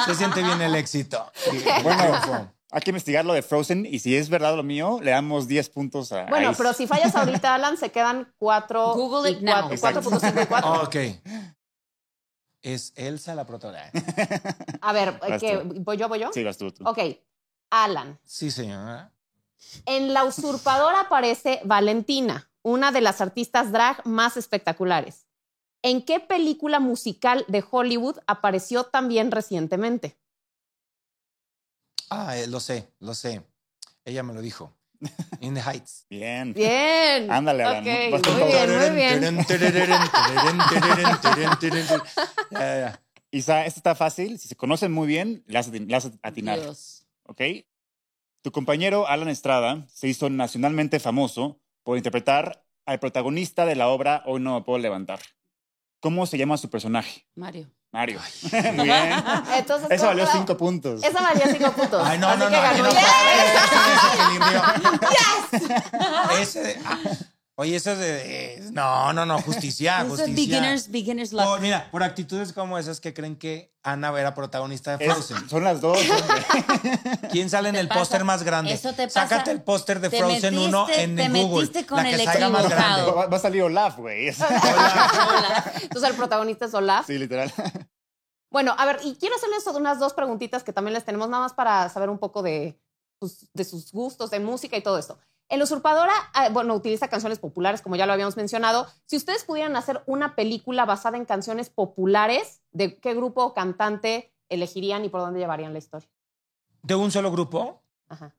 Speaker 2: Se siente bien el éxito.
Speaker 4: [LAUGHS]
Speaker 3: Bueno, hay que investigar lo de Frozen y si es verdad lo mío, le damos 10 puntos a
Speaker 1: Bueno,
Speaker 3: a Ice.
Speaker 1: pero si fallas ahorita, Alan, se quedan 4.
Speaker 4: [LAUGHS] Google it now.
Speaker 1: 4.5 y
Speaker 2: [LAUGHS]
Speaker 1: 4.
Speaker 2: Ok. Es Elsa la protagonista. Oh,
Speaker 1: A ver,
Speaker 3: Vas
Speaker 1: ¿qué?
Speaker 3: tú.
Speaker 1: ¿voy yo, voy yo?
Speaker 3: Sí, vas tú. tú.
Speaker 1: Ok. Alan,
Speaker 2: Sí, señora.
Speaker 1: en La Usurpadora aparece Valentina, una de las artistas drag más espectaculares. ¿En qué película musical de Hollywood apareció también recientemente?
Speaker 2: Ah, eh, lo sé, lo sé. Ella me lo dijo. In the Heights.
Speaker 4: [LAUGHS]
Speaker 3: Bien.
Speaker 1: Bien.
Speaker 3: Ándale, Alan,
Speaker 1: Ok,
Speaker 3: vas tú.
Speaker 1: muy bien, muy bien.
Speaker 2: Ya, ya.
Speaker 3: Isa, esta está fácil. Si se conocen muy bien, la has atin- la has atinado.
Speaker 4: Dios.
Speaker 3: ¿ok? Tu compañero Alan Estrada se hizo nacionalmente famoso por interpretar al protagonista de la obra Hoy no me puedo levantar. ¿Cómo se llama su personaje?
Speaker 4: Mario.
Speaker 3: Mario. Muy
Speaker 4: [LAUGHS]
Speaker 3: bien.
Speaker 1: Entonces,
Speaker 3: Eso valió
Speaker 1: ¿cómo-
Speaker 3: cinco puntos.
Speaker 1: Esa valía 5 puntos.
Speaker 2: Ay, no,
Speaker 1: así
Speaker 2: no,
Speaker 1: que
Speaker 2: no. a mí
Speaker 1: ganó.
Speaker 2: no
Speaker 1: ¡Bien!
Speaker 2: puede. Ese de- ah, Oye, eso es de. eh, No, no, no. Justicia,
Speaker 4: Eso es
Speaker 2: justicia.
Speaker 4: beginners, beginners luck.
Speaker 2: Por- mira, por actitudes como esas que creen que Ana era protagonista de
Speaker 3: Es-
Speaker 2: Frozen.
Speaker 3: son
Speaker 1: [LAUGHS]
Speaker 3: las dos. hombre.
Speaker 2: ¿Quién sale en el
Speaker 4: pasa-
Speaker 2: póster más grande?
Speaker 4: eso te pasa-
Speaker 2: Sácate el póster de
Speaker 4: te
Speaker 2: Frozen 1
Speaker 4: metiste-
Speaker 2: en
Speaker 4: te
Speaker 2: Google.
Speaker 4: metiste con
Speaker 2: la que
Speaker 4: el
Speaker 2: salga más
Speaker 4: equivocado.
Speaker 2: grande.
Speaker 3: va, va a salir Olaf, güey. [LAUGHS]
Speaker 1: Hola. Entonces el protagonista es Olaf.
Speaker 3: Sí, literal.
Speaker 1: Bueno, a ver, y quiero hacerles unas dos preguntitas que también les tenemos nada más para saber un poco de, pues, de sus gustos, de música y todo esto. El usurpadora, ah, bueno, utiliza canciones populares, como ya lo habíamos mencionado. Si ustedes pudieran hacer una película basada en canciones populares, ¿de qué grupo o cantante elegirían y por dónde llevarían la historia?
Speaker 2: ¿De un solo grupo?
Speaker 1: Ajá.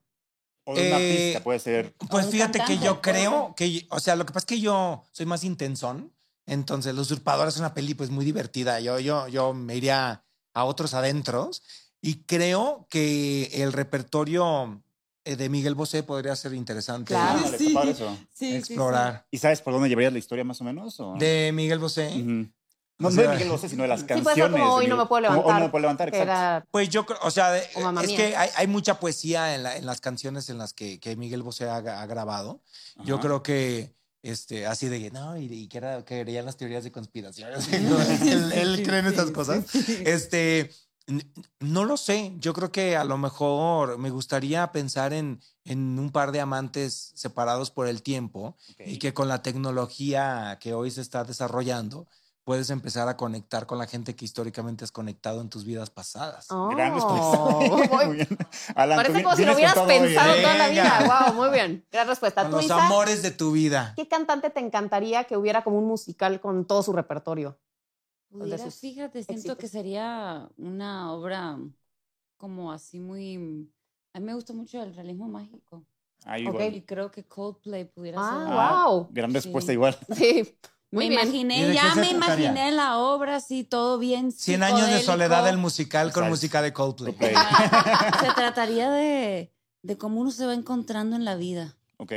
Speaker 3: O de una
Speaker 2: Eh,
Speaker 3: pista, puede ser.
Speaker 2: Pues
Speaker 4: un
Speaker 2: fíjate que
Speaker 4: cantante,
Speaker 2: yo
Speaker 4: puede
Speaker 2: creo que, o sea, lo que pasa es que yo soy más intensón. Entonces, Los Usurpadores es una peli pues muy divertida. Yo, yo, yo me iría a otros adentros y creo que el repertorio eh, de Miguel Bosé podría ser interesante
Speaker 1: Claro.
Speaker 3: Ándale,
Speaker 4: sí.
Speaker 3: está padre eso.
Speaker 4: Sí,
Speaker 2: explorar.
Speaker 3: ¿Y sabes por dónde llevarías la historia más o menos? o?
Speaker 2: De Miguel Bosé.
Speaker 3: Ujú. No,
Speaker 2: O
Speaker 3: no
Speaker 2: sea-
Speaker 3: de Miguel Bosé, sino de las
Speaker 1: Sí,
Speaker 3: canciones.
Speaker 1: puede ser como
Speaker 3: de
Speaker 1: Hoy no
Speaker 3: Miguel-
Speaker 1: me puedo
Speaker 3: como
Speaker 1: levantar.
Speaker 3: Hoy no me puedo levantar,
Speaker 1: que
Speaker 3: exacto.
Speaker 1: era-
Speaker 2: Pues yo creo, o sea, de-
Speaker 1: O Mamma
Speaker 2: es
Speaker 1: Mía.
Speaker 2: que hay, hay mucha poesía en, la- en las canciones en las que, que Miguel Bosé ha, ha grabado. Yo
Speaker 3: Ajá.
Speaker 2: creo que este, así de que no, y, y que, era, que creían las teorías de conspiración. [LAUGHS] él, él cree en estas cosas. Este, n- no lo sé. Yo creo que a lo mejor me gustaría pensar en, en un par de amantes separados por el tiempo
Speaker 3: Ok.
Speaker 2: y que con la tecnología que hoy se está desarrollando puedes empezar a conectar con la gente que históricamente has conectado en tus vidas pasadas.
Speaker 3: Gran
Speaker 1: Oh,
Speaker 3: respuesta.
Speaker 1: [LAUGHS] muy-
Speaker 3: [LAUGHS] Muy bien. Alan, tú
Speaker 1: Parece
Speaker 3: vi-
Speaker 1: como si lo hubieras
Speaker 3: vienes con todo hoy,
Speaker 1: pensado [LAUGHS]
Speaker 2: ¿eh?
Speaker 1: toda la vida.
Speaker 2: Venga.
Speaker 1: Wow, muy bien. Gran respuesta.
Speaker 2: Con
Speaker 1: ¿Tú,
Speaker 2: los
Speaker 1: Isa,
Speaker 2: amores de tu vida.
Speaker 1: qué cantante te encantaría que hubiera como un musical con todo su repertorio?
Speaker 4: Pudiera,
Speaker 1: de sus
Speaker 4: Pues fíjate, siento
Speaker 1: éxitos.
Speaker 4: que sería una obra como así muy... A mí me gusta mucho el realismo mágico.
Speaker 3: Ahí
Speaker 1: Ok.
Speaker 3: voy.
Speaker 4: Y creo que Coldplay pudiera ser...
Speaker 1: Ah,
Speaker 4: una-
Speaker 3: Ah,
Speaker 1: wow.
Speaker 3: Gran
Speaker 4: Sí.
Speaker 3: respuesta igual.
Speaker 2: Ah.
Speaker 1: Sí.
Speaker 4: Me
Speaker 1: Muy bien.
Speaker 2: ¿Y de
Speaker 4: imaginé,
Speaker 2: qué
Speaker 4: ya
Speaker 2: se
Speaker 4: me
Speaker 2: trataría?
Speaker 4: imaginé la obra, así todo bien.
Speaker 2: 100 años de
Speaker 4: psicodélico.
Speaker 2: soledad del musical con
Speaker 3: Exacto.
Speaker 2: música de Coldplay.
Speaker 3: Coldplay.
Speaker 4: Se trataría de, de cómo uno se va encontrando en la vida
Speaker 3: Ok.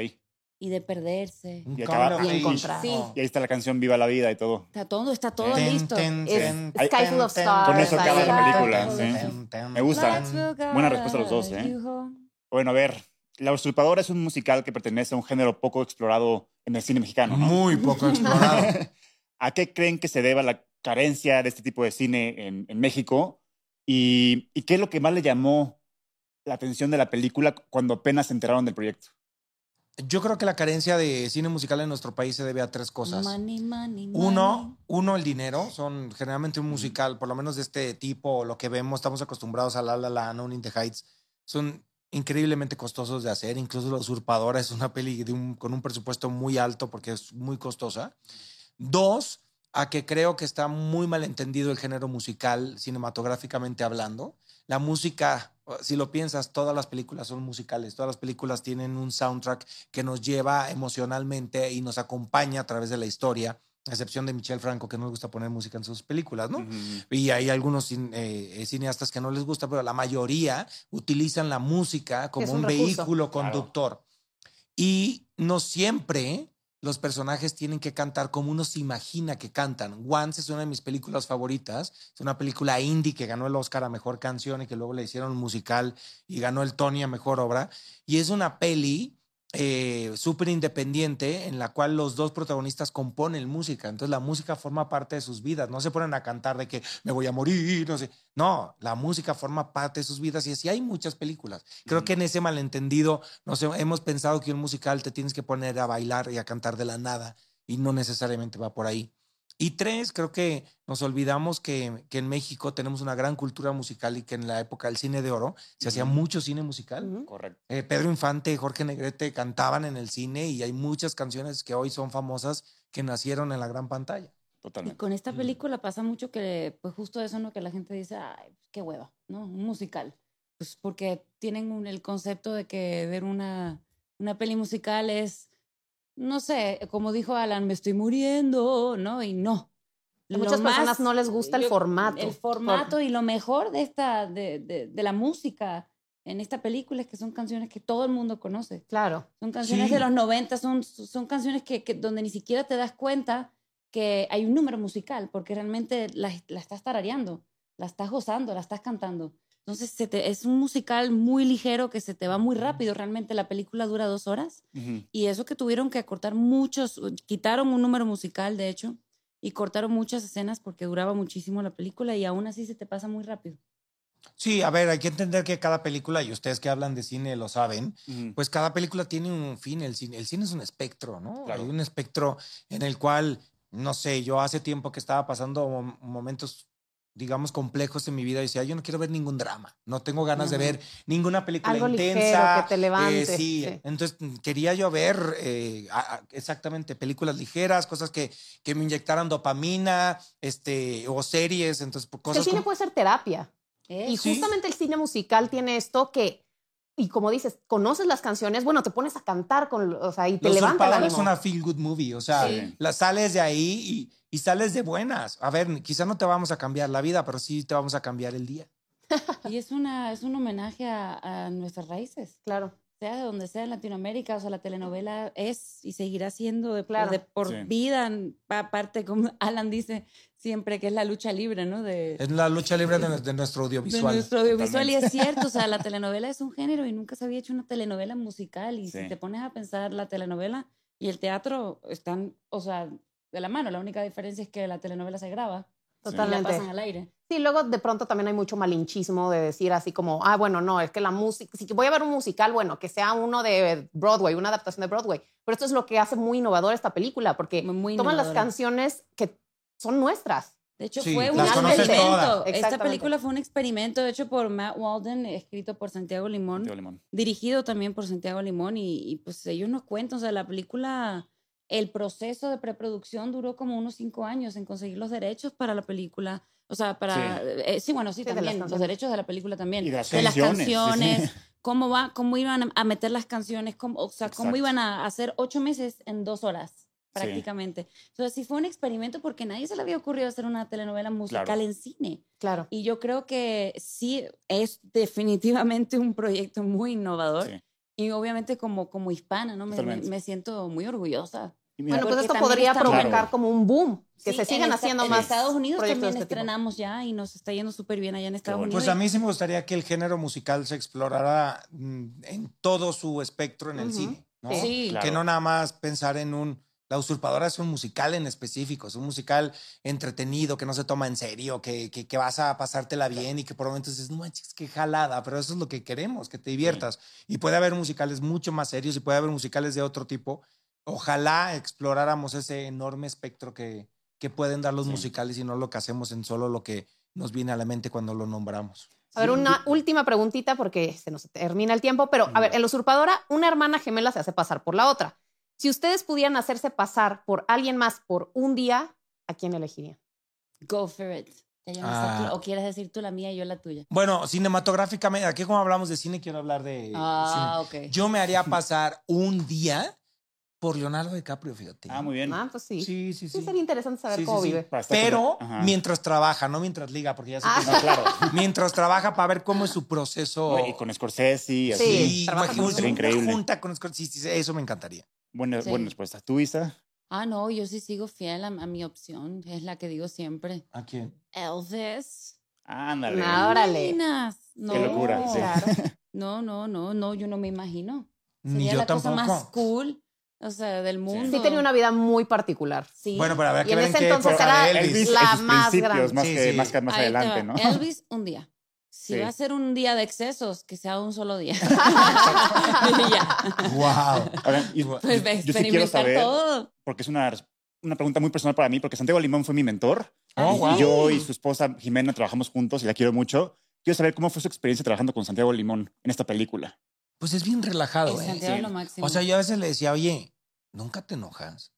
Speaker 4: y de perderse.
Speaker 2: Un
Speaker 3: Y acaba-
Speaker 2: combo
Speaker 3: y
Speaker 2: ahí.
Speaker 1: encontrar.
Speaker 4: Sí.
Speaker 3: Y ahí está la canción Viva la Vida y todo.
Speaker 4: Está todo, está todo
Speaker 2: Ten,
Speaker 4: listo.
Speaker 2: ten,
Speaker 1: Es
Speaker 2: ten,
Speaker 1: Sky
Speaker 2: ten,
Speaker 1: Full of
Speaker 2: ten,
Speaker 1: Stars,
Speaker 3: Con eso
Speaker 1: ahí
Speaker 3: acaba la
Speaker 1: está.
Speaker 3: película,
Speaker 2: ten,
Speaker 3: sí.
Speaker 2: ten, ten,
Speaker 3: Me gusta.
Speaker 2: ten.
Speaker 3: Buena respuesta los dos, ¿eh? Bueno, a ver. La Usurpadora es un musical que pertenece a un género poco explorado en el cine mexicano, ¿no?
Speaker 2: Muy poco explorado.
Speaker 3: ¿A qué creen que se deba la carencia de este tipo de cine en, en México? ¿Y, y qué es lo que más le llamó la atención de la película cuando apenas se enteraron del proyecto?
Speaker 2: Yo creo que la carencia de cine musical en nuestro país se debe a tres cosas.
Speaker 4: Money, money, money.
Speaker 2: Uno, uno, el dinero. Son generalmente un musical, por lo menos de este tipo, o lo que vemos, estamos acostumbrados a La La Land, No In The Heights. Son increíblemente costosos de hacer. Incluso La Usurpadora es una peli de un- con un presupuesto muy alto porque es muy costosa. Dos, a que creo que está muy mal entendido el género musical cinematográficamente hablando. La música, si lo piensas, todas las películas son musicales, todas las películas tienen un soundtrack que nos lleva emocionalmente y nos acompaña a través de la historia, a excepción de Michel Franco, que no le gusta poner música en sus películas, ¿no?
Speaker 3: Ujú.
Speaker 2: Y hay algunos cin- eh, eh, cineastas que no les gusta, pero la mayoría utilizan la música como
Speaker 1: Es
Speaker 2: un,
Speaker 1: un recurso.
Speaker 2: vehículo
Speaker 3: Claro.
Speaker 2: conductor. Y no siempre los personajes tienen que cantar como uno se imagina que cantan. Once es una de mis películas favoritas. Es una película indie que ganó el Oscar a Mejor Canción y que luego le hicieron musical y ganó el Tony a Mejor Obra. Y es una peli eh, súper independiente en la cual los dos protagonistas componen música. Entonces la música forma parte de sus vidas. No se ponen a cantar de que me voy a morir, no sé. No, la música forma parte de sus vidas y así hay muchas películas. Creo
Speaker 3: Ujú.
Speaker 2: que en ese malentendido nos he- hemos pensado que un musical te tienes que poner a bailar y a cantar de la nada y no necesariamente va por ahí. Y tres, creo que nos olvidamos que, que en México tenemos una gran cultura musical y que en la época del cine de oro se hacía
Speaker 3: Ujú.
Speaker 2: mucho cine musical.
Speaker 1: Ujú.
Speaker 3: Correcto.
Speaker 2: Eh, Pedro Infante, Jorge Negrete cantaban en el cine y hay muchas canciones que hoy son famosas que nacieron en la gran pantalla.
Speaker 4: Y
Speaker 3: Totalmente.
Speaker 4: con esta
Speaker 2: Mm.
Speaker 4: película pasa mucho que, pues justo eso, ¿no? Que la gente dice, ay, pues, qué hueva, ¿no? Un musical. Pues porque tienen un- el concepto de que ver una, una peli musical es, no sé, como dijo Alan, me estoy muriendo, ¿no? Y no.
Speaker 1: A muchas
Speaker 4: Lo más-
Speaker 1: personas no les gusta el formato.
Speaker 4: El formato y lo mejor de, esta, de, de- de la música en esta película es que son canciones que todo el mundo conoce.
Speaker 1: Claro.
Speaker 4: Son canciones
Speaker 2: Sí.
Speaker 4: de los 90, son, son canciones que, que donde ni siquiera te das cuenta que hay un número musical, porque realmente la, la estás tarareando, la estás gozando, la estás cantando. Entonces se te- es un musical muy ligero que se te va muy rápido. Realmente la película dura dos horas
Speaker 3: Ujú.
Speaker 4: y eso que tuvieron que cortar muchos, quitaron un número musical, de hecho, y cortaron muchas escenas porque duraba muchísimo la película y aún así se te pasa muy rápido.
Speaker 2: Sí, a ver, hay que entender que cada película, y ustedes que hablan de cine lo saben,
Speaker 3: Ujú.
Speaker 2: pues cada película tiene un fin. El cine, el cine es un espectro, ¿no?
Speaker 3: Claro.
Speaker 2: Hay un espectro en el cual, no sé, yo hace tiempo que estaba pasando mom- momentos digamos, complejos en mi vida. Y decía, yo no quiero ver ningún drama. No tengo ganas de
Speaker 4: Ajá.
Speaker 2: ver ninguna película
Speaker 1: Algo ligero,
Speaker 2: intensa.
Speaker 1: que te levante,
Speaker 2: Eh, sí.
Speaker 1: sí.
Speaker 2: Entonces mm, quería yo ver eh, a- a- exactamente películas ligeras, cosas que, que me inyectaran dopamina, este, o series. Entonces,
Speaker 1: Es
Speaker 2: pues,
Speaker 1: que
Speaker 2: cosas
Speaker 1: el cine
Speaker 2: como- Eh,
Speaker 1: puede ser terapia. Y
Speaker 2: Sí.
Speaker 1: justamente el cine musical tiene esto que, y como dices, conoces las canciones, bueno, te pones a cantar con, o sea, y te
Speaker 2: Los
Speaker 1: levanta el
Speaker 2: Usurpadores
Speaker 1: ánimo.
Speaker 2: es una feel good movie, o sea,
Speaker 3: Sí.
Speaker 2: la sales de ahí y, y sales de buenas. A ver, quizá no te vamos a cambiar la vida, pero sí te vamos a cambiar el día.
Speaker 4: Y es, una, es un homenaje a- a nuestras raíces.
Speaker 1: Claro.
Speaker 4: sea de donde sea en Latinoamérica, o sea, la telenovela es y seguirá siendo de,
Speaker 1: Claro.
Speaker 4: de por
Speaker 3: Sí.
Speaker 4: vida, n- pa- aparte, como Alan dice siempre, que es la lucha libre, ¿no? De,
Speaker 2: Es la lucha libre de, de nuestro
Speaker 4: de
Speaker 2: audiovisual.
Speaker 4: nuestro audiovisual. Y es cierto, o sea, la telenovela es un género y nunca se había hecho una telenovela musical. Y
Speaker 3: Sí.
Speaker 4: si te pones a pensar, la telenovela y el teatro están, o sea, de la mano. La única diferencia es que la telenovela se graba y la
Speaker 1: Totalmente.
Speaker 4: pasan al aire.
Speaker 1: Sí, luego de pronto también hay mucho malinchismo de decir así como, ah, bueno, no, es que la música, si voy a ver un musical, bueno, que sea uno de Broadway, una adaptación de Broadway. Pero esto es lo que hace muy innovadora esta película, porque
Speaker 4: Muy- muy
Speaker 1: Eh, toman las
Speaker 4: innovadora.
Speaker 1: canciones que son nuestras.
Speaker 4: De hecho,
Speaker 2: Sí,
Speaker 4: fue un
Speaker 1: las conoces
Speaker 4: experimento.
Speaker 2: todas.
Speaker 4: Esta
Speaker 1: Exactamente.
Speaker 4: película fue un experimento hecho por Matt Walden, escrito por Santiago Limón.
Speaker 3: Tío Limón.
Speaker 4: dirigido también por Santiago Limón y, y, pues ellos nos cuentan, o sea, la película, el proceso de preproducción duró como unos cinco años en conseguir los derechos para la película, o sea, para,
Speaker 3: Sí.
Speaker 4: eh, sí, bueno, sí,
Speaker 1: Sí, de las
Speaker 4: también, los
Speaker 1: canciones.
Speaker 4: derechos de la película también,
Speaker 3: Y de las
Speaker 4: de las
Speaker 3: canciones, sí, sí.
Speaker 4: canciones, cómo va, cómo iban a- a meter las canciones, cómo, o sea, cómo
Speaker 3: Exacto.
Speaker 4: iban a hacer ocho meses en dos horas
Speaker 3: Sí.
Speaker 4: prácticamente. Entonces sí fue un experimento porque nadie se le había ocurrido hacer una telenovela musical
Speaker 3: Claro.
Speaker 4: en cine.
Speaker 1: Claro.
Speaker 4: Y yo creo que sí, es definitivamente un proyecto muy innovador.
Speaker 3: Sí.
Speaker 4: Y obviamente como, como hispana, ¿no? Me- Me,
Speaker 3: Totalmente.
Speaker 4: me siento muy orgullosa.
Speaker 3: Y mira,
Speaker 1: Bueno, pues
Speaker 4: porque
Speaker 1: esto
Speaker 4: también
Speaker 1: podría
Speaker 4: estamos-
Speaker 1: provocar
Speaker 3: Claro.
Speaker 1: como un boom, que
Speaker 4: Sí,
Speaker 1: se
Speaker 4: en
Speaker 1: sigan
Speaker 4: esta-
Speaker 1: haciendo
Speaker 4: en
Speaker 1: más.
Speaker 4: Estados Unidos
Speaker 1: proyectos de
Speaker 4: también
Speaker 1: este tipo.
Speaker 4: estrenamos ya y nos está yendo súper bien allá en Estados
Speaker 3: bueno.
Speaker 4: Unidos.
Speaker 2: Pues a mí sí me gustaría que el género musical se explorara mm, en todo su espectro en el
Speaker 1: Ujú.
Speaker 2: cine, ¿no?
Speaker 1: Sí.
Speaker 4: Sí.
Speaker 3: Claro.
Speaker 2: Que no nada más pensar en un La usurpadora es un musical en específico, es un musical entretenido, que no se toma en serio, que, que, que vas a pasártela bien y que por momentos dices, no manches, qué jalada, pero eso es lo que queremos, que te diviertas. Y puede haber musicales mucho más serios y puede haber musicales de otro tipo. Ojalá exploráramos ese enorme espectro que, que pueden dar los
Speaker 3: Sí.
Speaker 2: musicales y no lo que hacemos en solo lo que nos viene a la mente cuando lo nombramos.
Speaker 3: pues,
Speaker 1: A ver, una última preguntita porque se nos termina el tiempo, pero a ver, en la usurpadora, una hermana gemela se hace pasar por la otra. Si ustedes pudieran hacerse pasar por alguien más por un día, ¿a quién elegirían?
Speaker 4: Go for it. Ya yo no sé
Speaker 2: Ah.
Speaker 4: tú- o quieres decir tú la mía y yo la tuya.
Speaker 2: Bueno, cinematográficamente, aquí como hablamos de cine, quiero hablar de
Speaker 4: Ah, ok.
Speaker 2: cine. Yo me haría pasar un día por Leonardo DiCaprio, fíjate.
Speaker 3: Ah, muy bien.
Speaker 1: Ah, pues sí. Sí,
Speaker 2: Sí, sí, sí.
Speaker 1: sería interesante saber
Speaker 2: Sí, sí,
Speaker 1: cómo
Speaker 2: sí.
Speaker 1: vive.
Speaker 3: Para estar
Speaker 2: Pero
Speaker 3: con- Ajá.
Speaker 2: mientras trabaja, no mientras liga, porque ya sé
Speaker 1: Ah.
Speaker 2: que-
Speaker 3: No,
Speaker 2: [LAUGHS]
Speaker 3: claro.
Speaker 2: Mientras trabaja para ver cómo es su proceso.
Speaker 3: No, y con Scorsese y así.
Speaker 1: Sí.
Speaker 2: Sí,
Speaker 1: trabaja
Speaker 2: imagínense
Speaker 1: con-
Speaker 2: una
Speaker 3: Increíble.
Speaker 2: junta con Scorsese. Sí, sí, eso me encantaría.
Speaker 3: Buena,
Speaker 4: Sí.
Speaker 3: buena respuesta. ¿Tú, Isa?
Speaker 4: Ah, no, yo sí sigo fiel a, a mi opción. Es la que digo siempre.
Speaker 2: ¿A quién?
Speaker 4: Elvis.
Speaker 3: Ándale.
Speaker 1: No. Órale.
Speaker 4: Meninas. No,
Speaker 3: Qué locura. sí.
Speaker 1: claro.
Speaker 4: No, no, no, no, yo no me imagino.
Speaker 2: Ni
Speaker 4: Sería
Speaker 2: yo
Speaker 4: la
Speaker 2: tampoco.
Speaker 4: cosa más cool, o sea, del mundo.
Speaker 1: Sí tenía una vida muy particular.
Speaker 4: Sí.
Speaker 2: Bueno, pero habrá
Speaker 1: Y
Speaker 2: que
Speaker 1: en
Speaker 2: ver en
Speaker 1: ese
Speaker 2: qué
Speaker 1: entonces
Speaker 2: época
Speaker 1: era
Speaker 2: de
Speaker 1: Elvis.
Speaker 2: Elvis.
Speaker 1: La
Speaker 3: en sus
Speaker 1: más
Speaker 3: principios,
Speaker 1: grande.
Speaker 3: Más,
Speaker 2: Sí,
Speaker 3: que,
Speaker 2: sí.
Speaker 3: más que más
Speaker 4: Ahí te
Speaker 3: adelante, ¿no?
Speaker 4: va. Elvis, un día. Si
Speaker 3: Sí.
Speaker 4: va a ser un día de excesos, que sea un
Speaker 3: [LAUGHS]
Speaker 4: solo día. [LAUGHS] Y ya.
Speaker 2: Wow.
Speaker 3: Ahora, y-
Speaker 4: Pues ve,
Speaker 3: yo sí quiero
Speaker 4: experimentar
Speaker 3: saber,
Speaker 4: todo.
Speaker 3: porque es una, una pregunta muy personal para mí, porque Santiago Limón fue mi mentor.
Speaker 2: Oh,
Speaker 3: y
Speaker 2: wow.
Speaker 3: Yo y su esposa Jimena trabajamos juntos y la quiero mucho. Quiero saber cómo fue su experiencia trabajando con Santiago Limón en esta película.
Speaker 2: Pues es bien relajado,
Speaker 4: El
Speaker 2: ¿eh?
Speaker 4: Santiago
Speaker 3: Ah, Sí.
Speaker 4: es lo máximo.
Speaker 2: O sea, yo a veces le decía, oye, nunca te enojas.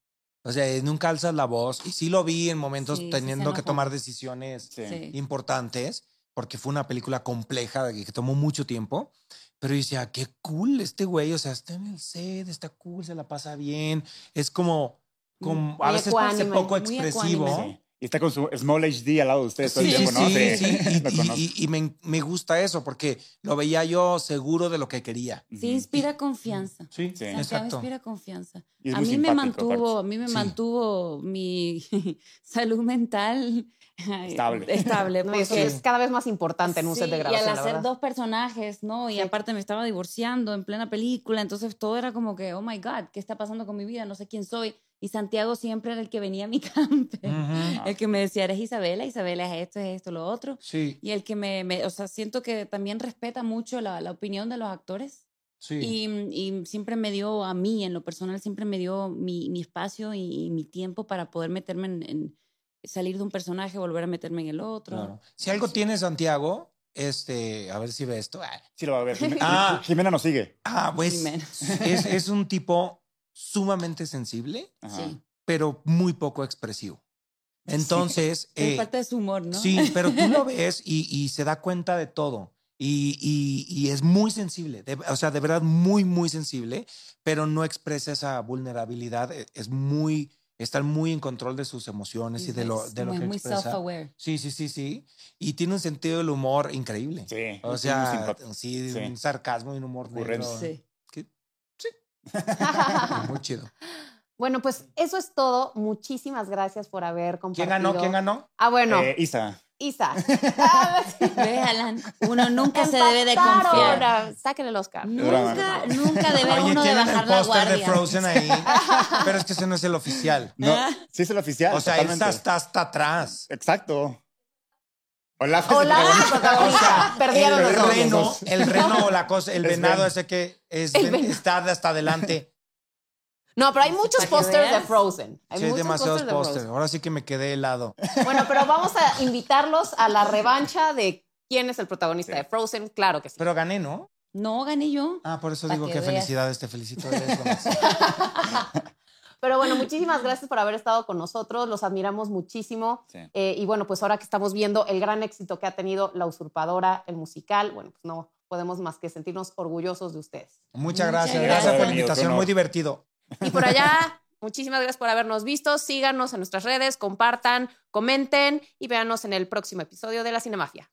Speaker 2: O sea, nunca alzas la voz. Y sí lo vi en momentos
Speaker 4: Sí, sí se
Speaker 2: teniendo que
Speaker 4: enojó.
Speaker 2: tomar decisiones
Speaker 4: Sí.
Speaker 2: importantes, porque fue una película compleja de que, que tomó mucho tiempo. Pero yo decía, qué cool este güey. O sea, está en el set, está cool, se la pasa bien. Es como, como a
Speaker 1: Muy
Speaker 2: veces parece
Speaker 1: ecuánime,
Speaker 2: poco
Speaker 4: Mm, muy
Speaker 2: expresivo.
Speaker 4: ecuánime.
Speaker 3: Sí. Y está con su Small HD al lado de ustedes todo el tiempo, ¿no?
Speaker 2: sí, sí.
Speaker 3: [LAUGHS] Lo
Speaker 2: Y-
Speaker 3: conozco.
Speaker 2: Y, y- y me, me gusta eso, porque lo veía yo seguro de lo que quería.
Speaker 3: Mm.
Speaker 4: Sí inspira confianza.
Speaker 2: Sí,
Speaker 3: Sí.
Speaker 4: Santiago
Speaker 2: exacto.
Speaker 4: inspira confianza.
Speaker 3: mm. Y es
Speaker 4: A
Speaker 3: muy
Speaker 4: mí me
Speaker 3: simpático,
Speaker 4: mantuvo,
Speaker 3: aparte.
Speaker 4: a mí me
Speaker 2: Sí.
Speaker 4: mantuvo mi [LAUGHS] salud mental
Speaker 3: Estable.
Speaker 4: [LAUGHS] estable
Speaker 1: No, y eso
Speaker 4: porque-
Speaker 1: es cada vez más importante en un set de
Speaker 4: Sí,
Speaker 1: grabación.
Speaker 4: Y al
Speaker 1: la
Speaker 4: hacer
Speaker 1: verdad.
Speaker 4: dos personajes, ¿no? Y
Speaker 1: Sí.
Speaker 4: aparte me estaba divorciando en plena película, entonces todo era como que, oh my God, ¿qué está pasando con mi vida? No sé quién soy. Y Santiago siempre era el que venía a mi [LAUGHS] camper,
Speaker 1: Mm.
Speaker 2: Ujú.
Speaker 4: el que me decía, eres Isabela, Isabela es esto, es esto, lo otro.
Speaker 2: Sí,
Speaker 4: Y el que me, me- o sea, siento que también respeta mucho la, la opinión de los actores.
Speaker 2: sí.
Speaker 4: Y, y siempre me dio a mí, en lo personal, siempre me dio mi, mi espacio y, y mi tiempo para poder meterme en, en salir de un personaje, volver a meterme en el otro.
Speaker 2: Claro. Si algo tiene Santiago, este, a ver si ve esto. Ah,
Speaker 3: Sí, lo va a
Speaker 2: [LAUGHS]
Speaker 3: ver. Jimena,
Speaker 2: Ah.
Speaker 3: Jimena nos sigue.
Speaker 2: Ah, pues
Speaker 4: Jimena.
Speaker 2: es, es un tipo sumamente sensible,
Speaker 3: Ajá.
Speaker 4: Sí.
Speaker 2: pero muy poco expresivo.
Speaker 4: [LAUGHS]
Speaker 2: Entonces,
Speaker 4: Es
Speaker 2: eh,
Speaker 4: parte de su humor, ¿no?
Speaker 2: sí, pero tú lo ves y, y se da cuenta de todo. Y, y- y es muy sensible, de- o sea, de verdad muy, muy sensible, pero no expresa esa vulnerabilidad. e- Es muy, estar muy en control de sus emociones y de lo, de lo
Speaker 4: muy,
Speaker 2: que
Speaker 4: muy
Speaker 2: expresa.
Speaker 4: self-aware.
Speaker 2: Sí, sí, sí, sí. Y tiene un sentido del humor increíble.
Speaker 3: Sí.
Speaker 2: O
Speaker 3: es muy
Speaker 2: sea,
Speaker 3: simpático.
Speaker 2: sí,
Speaker 3: Sí.
Speaker 2: un sarcasmo y un humor negro.
Speaker 3: Ocurrencia.
Speaker 4: [LAUGHS] Sí.
Speaker 2: Muy chido.
Speaker 1: [LAUGHS] bueno, pues eso es todo. Muchísimas gracias por haber compartido.
Speaker 2: ¿Quién ganó? ¿Quién ganó?
Speaker 1: Ah, bueno,
Speaker 3: Eh, Isa.
Speaker 2: [LAUGHS]
Speaker 1: Isa. Ah,
Speaker 4: Ve, Alan, [LAUGHS] uno nunca se debe de
Speaker 1: empataron.
Speaker 4: confiar.
Speaker 1: Saquen el Oscar.
Speaker 4: Nunca, nunca debe uno de
Speaker 2: tienen el
Speaker 4: bajar la
Speaker 2: póster de
Speaker 4: guardia.
Speaker 2: Frozen ahí. pero es que ese no es el oficial.
Speaker 3: No, sí es el oficial.
Speaker 2: Ah. O sea, él
Speaker 3: totalmente.
Speaker 2: está hasta, hasta atrás.
Speaker 3: Exacto. Hola,
Speaker 1: Hola, protagonista. Perdieron
Speaker 2: El
Speaker 1: los dos.
Speaker 2: reno, el reno o la cosa, el
Speaker 3: Es
Speaker 2: venado
Speaker 3: ven-
Speaker 2: ese que es,
Speaker 1: El
Speaker 2: ven-
Speaker 1: venado.
Speaker 2: está de hasta adelante.
Speaker 1: No, pero hay muchos
Speaker 4: Para que
Speaker 1: pósters de
Speaker 4: veas.
Speaker 1: Frozen. Hay
Speaker 2: Sí, hay
Speaker 1: muchos
Speaker 2: demasiados
Speaker 1: pósters de
Speaker 2: pósters.
Speaker 1: Frozen.
Speaker 2: Ahora sí que me quedé helado.
Speaker 1: Bueno, pero vamos a invitarlos a la revancha de quién es el protagonista
Speaker 3: Sí.
Speaker 1: de Frozen. Claro que sí.
Speaker 2: Pero gané, ¿no?
Speaker 4: No, gané yo.
Speaker 2: Ah, por eso
Speaker 4: Pa'
Speaker 2: digo
Speaker 4: que
Speaker 2: que
Speaker 4: veas.
Speaker 2: felicidades, te felicito. eres lo más.
Speaker 1: Pero bueno, muchísimas gracias por haber estado con nosotros. Los admiramos muchísimo.
Speaker 2: [LAUGHS]
Speaker 3: Sí.
Speaker 1: Eh, y bueno, pues ahora que estamos viendo el gran éxito que ha tenido La Usurpadora, el musical, bueno, pues no podemos más que sentirnos orgullosos de ustedes.
Speaker 2: Muchas
Speaker 4: Muchas
Speaker 2: gracias.
Speaker 4: gracias.
Speaker 2: Gracias por la
Speaker 3: Bienvenido,
Speaker 2: invitación.
Speaker 3: qué honor.
Speaker 2: Muy divertido.
Speaker 1: Y por allá, muchísimas gracias por habernos visto. Síganos en nuestras redes, compartan, comenten y véanos en el próximo episodio de La Cinemafia.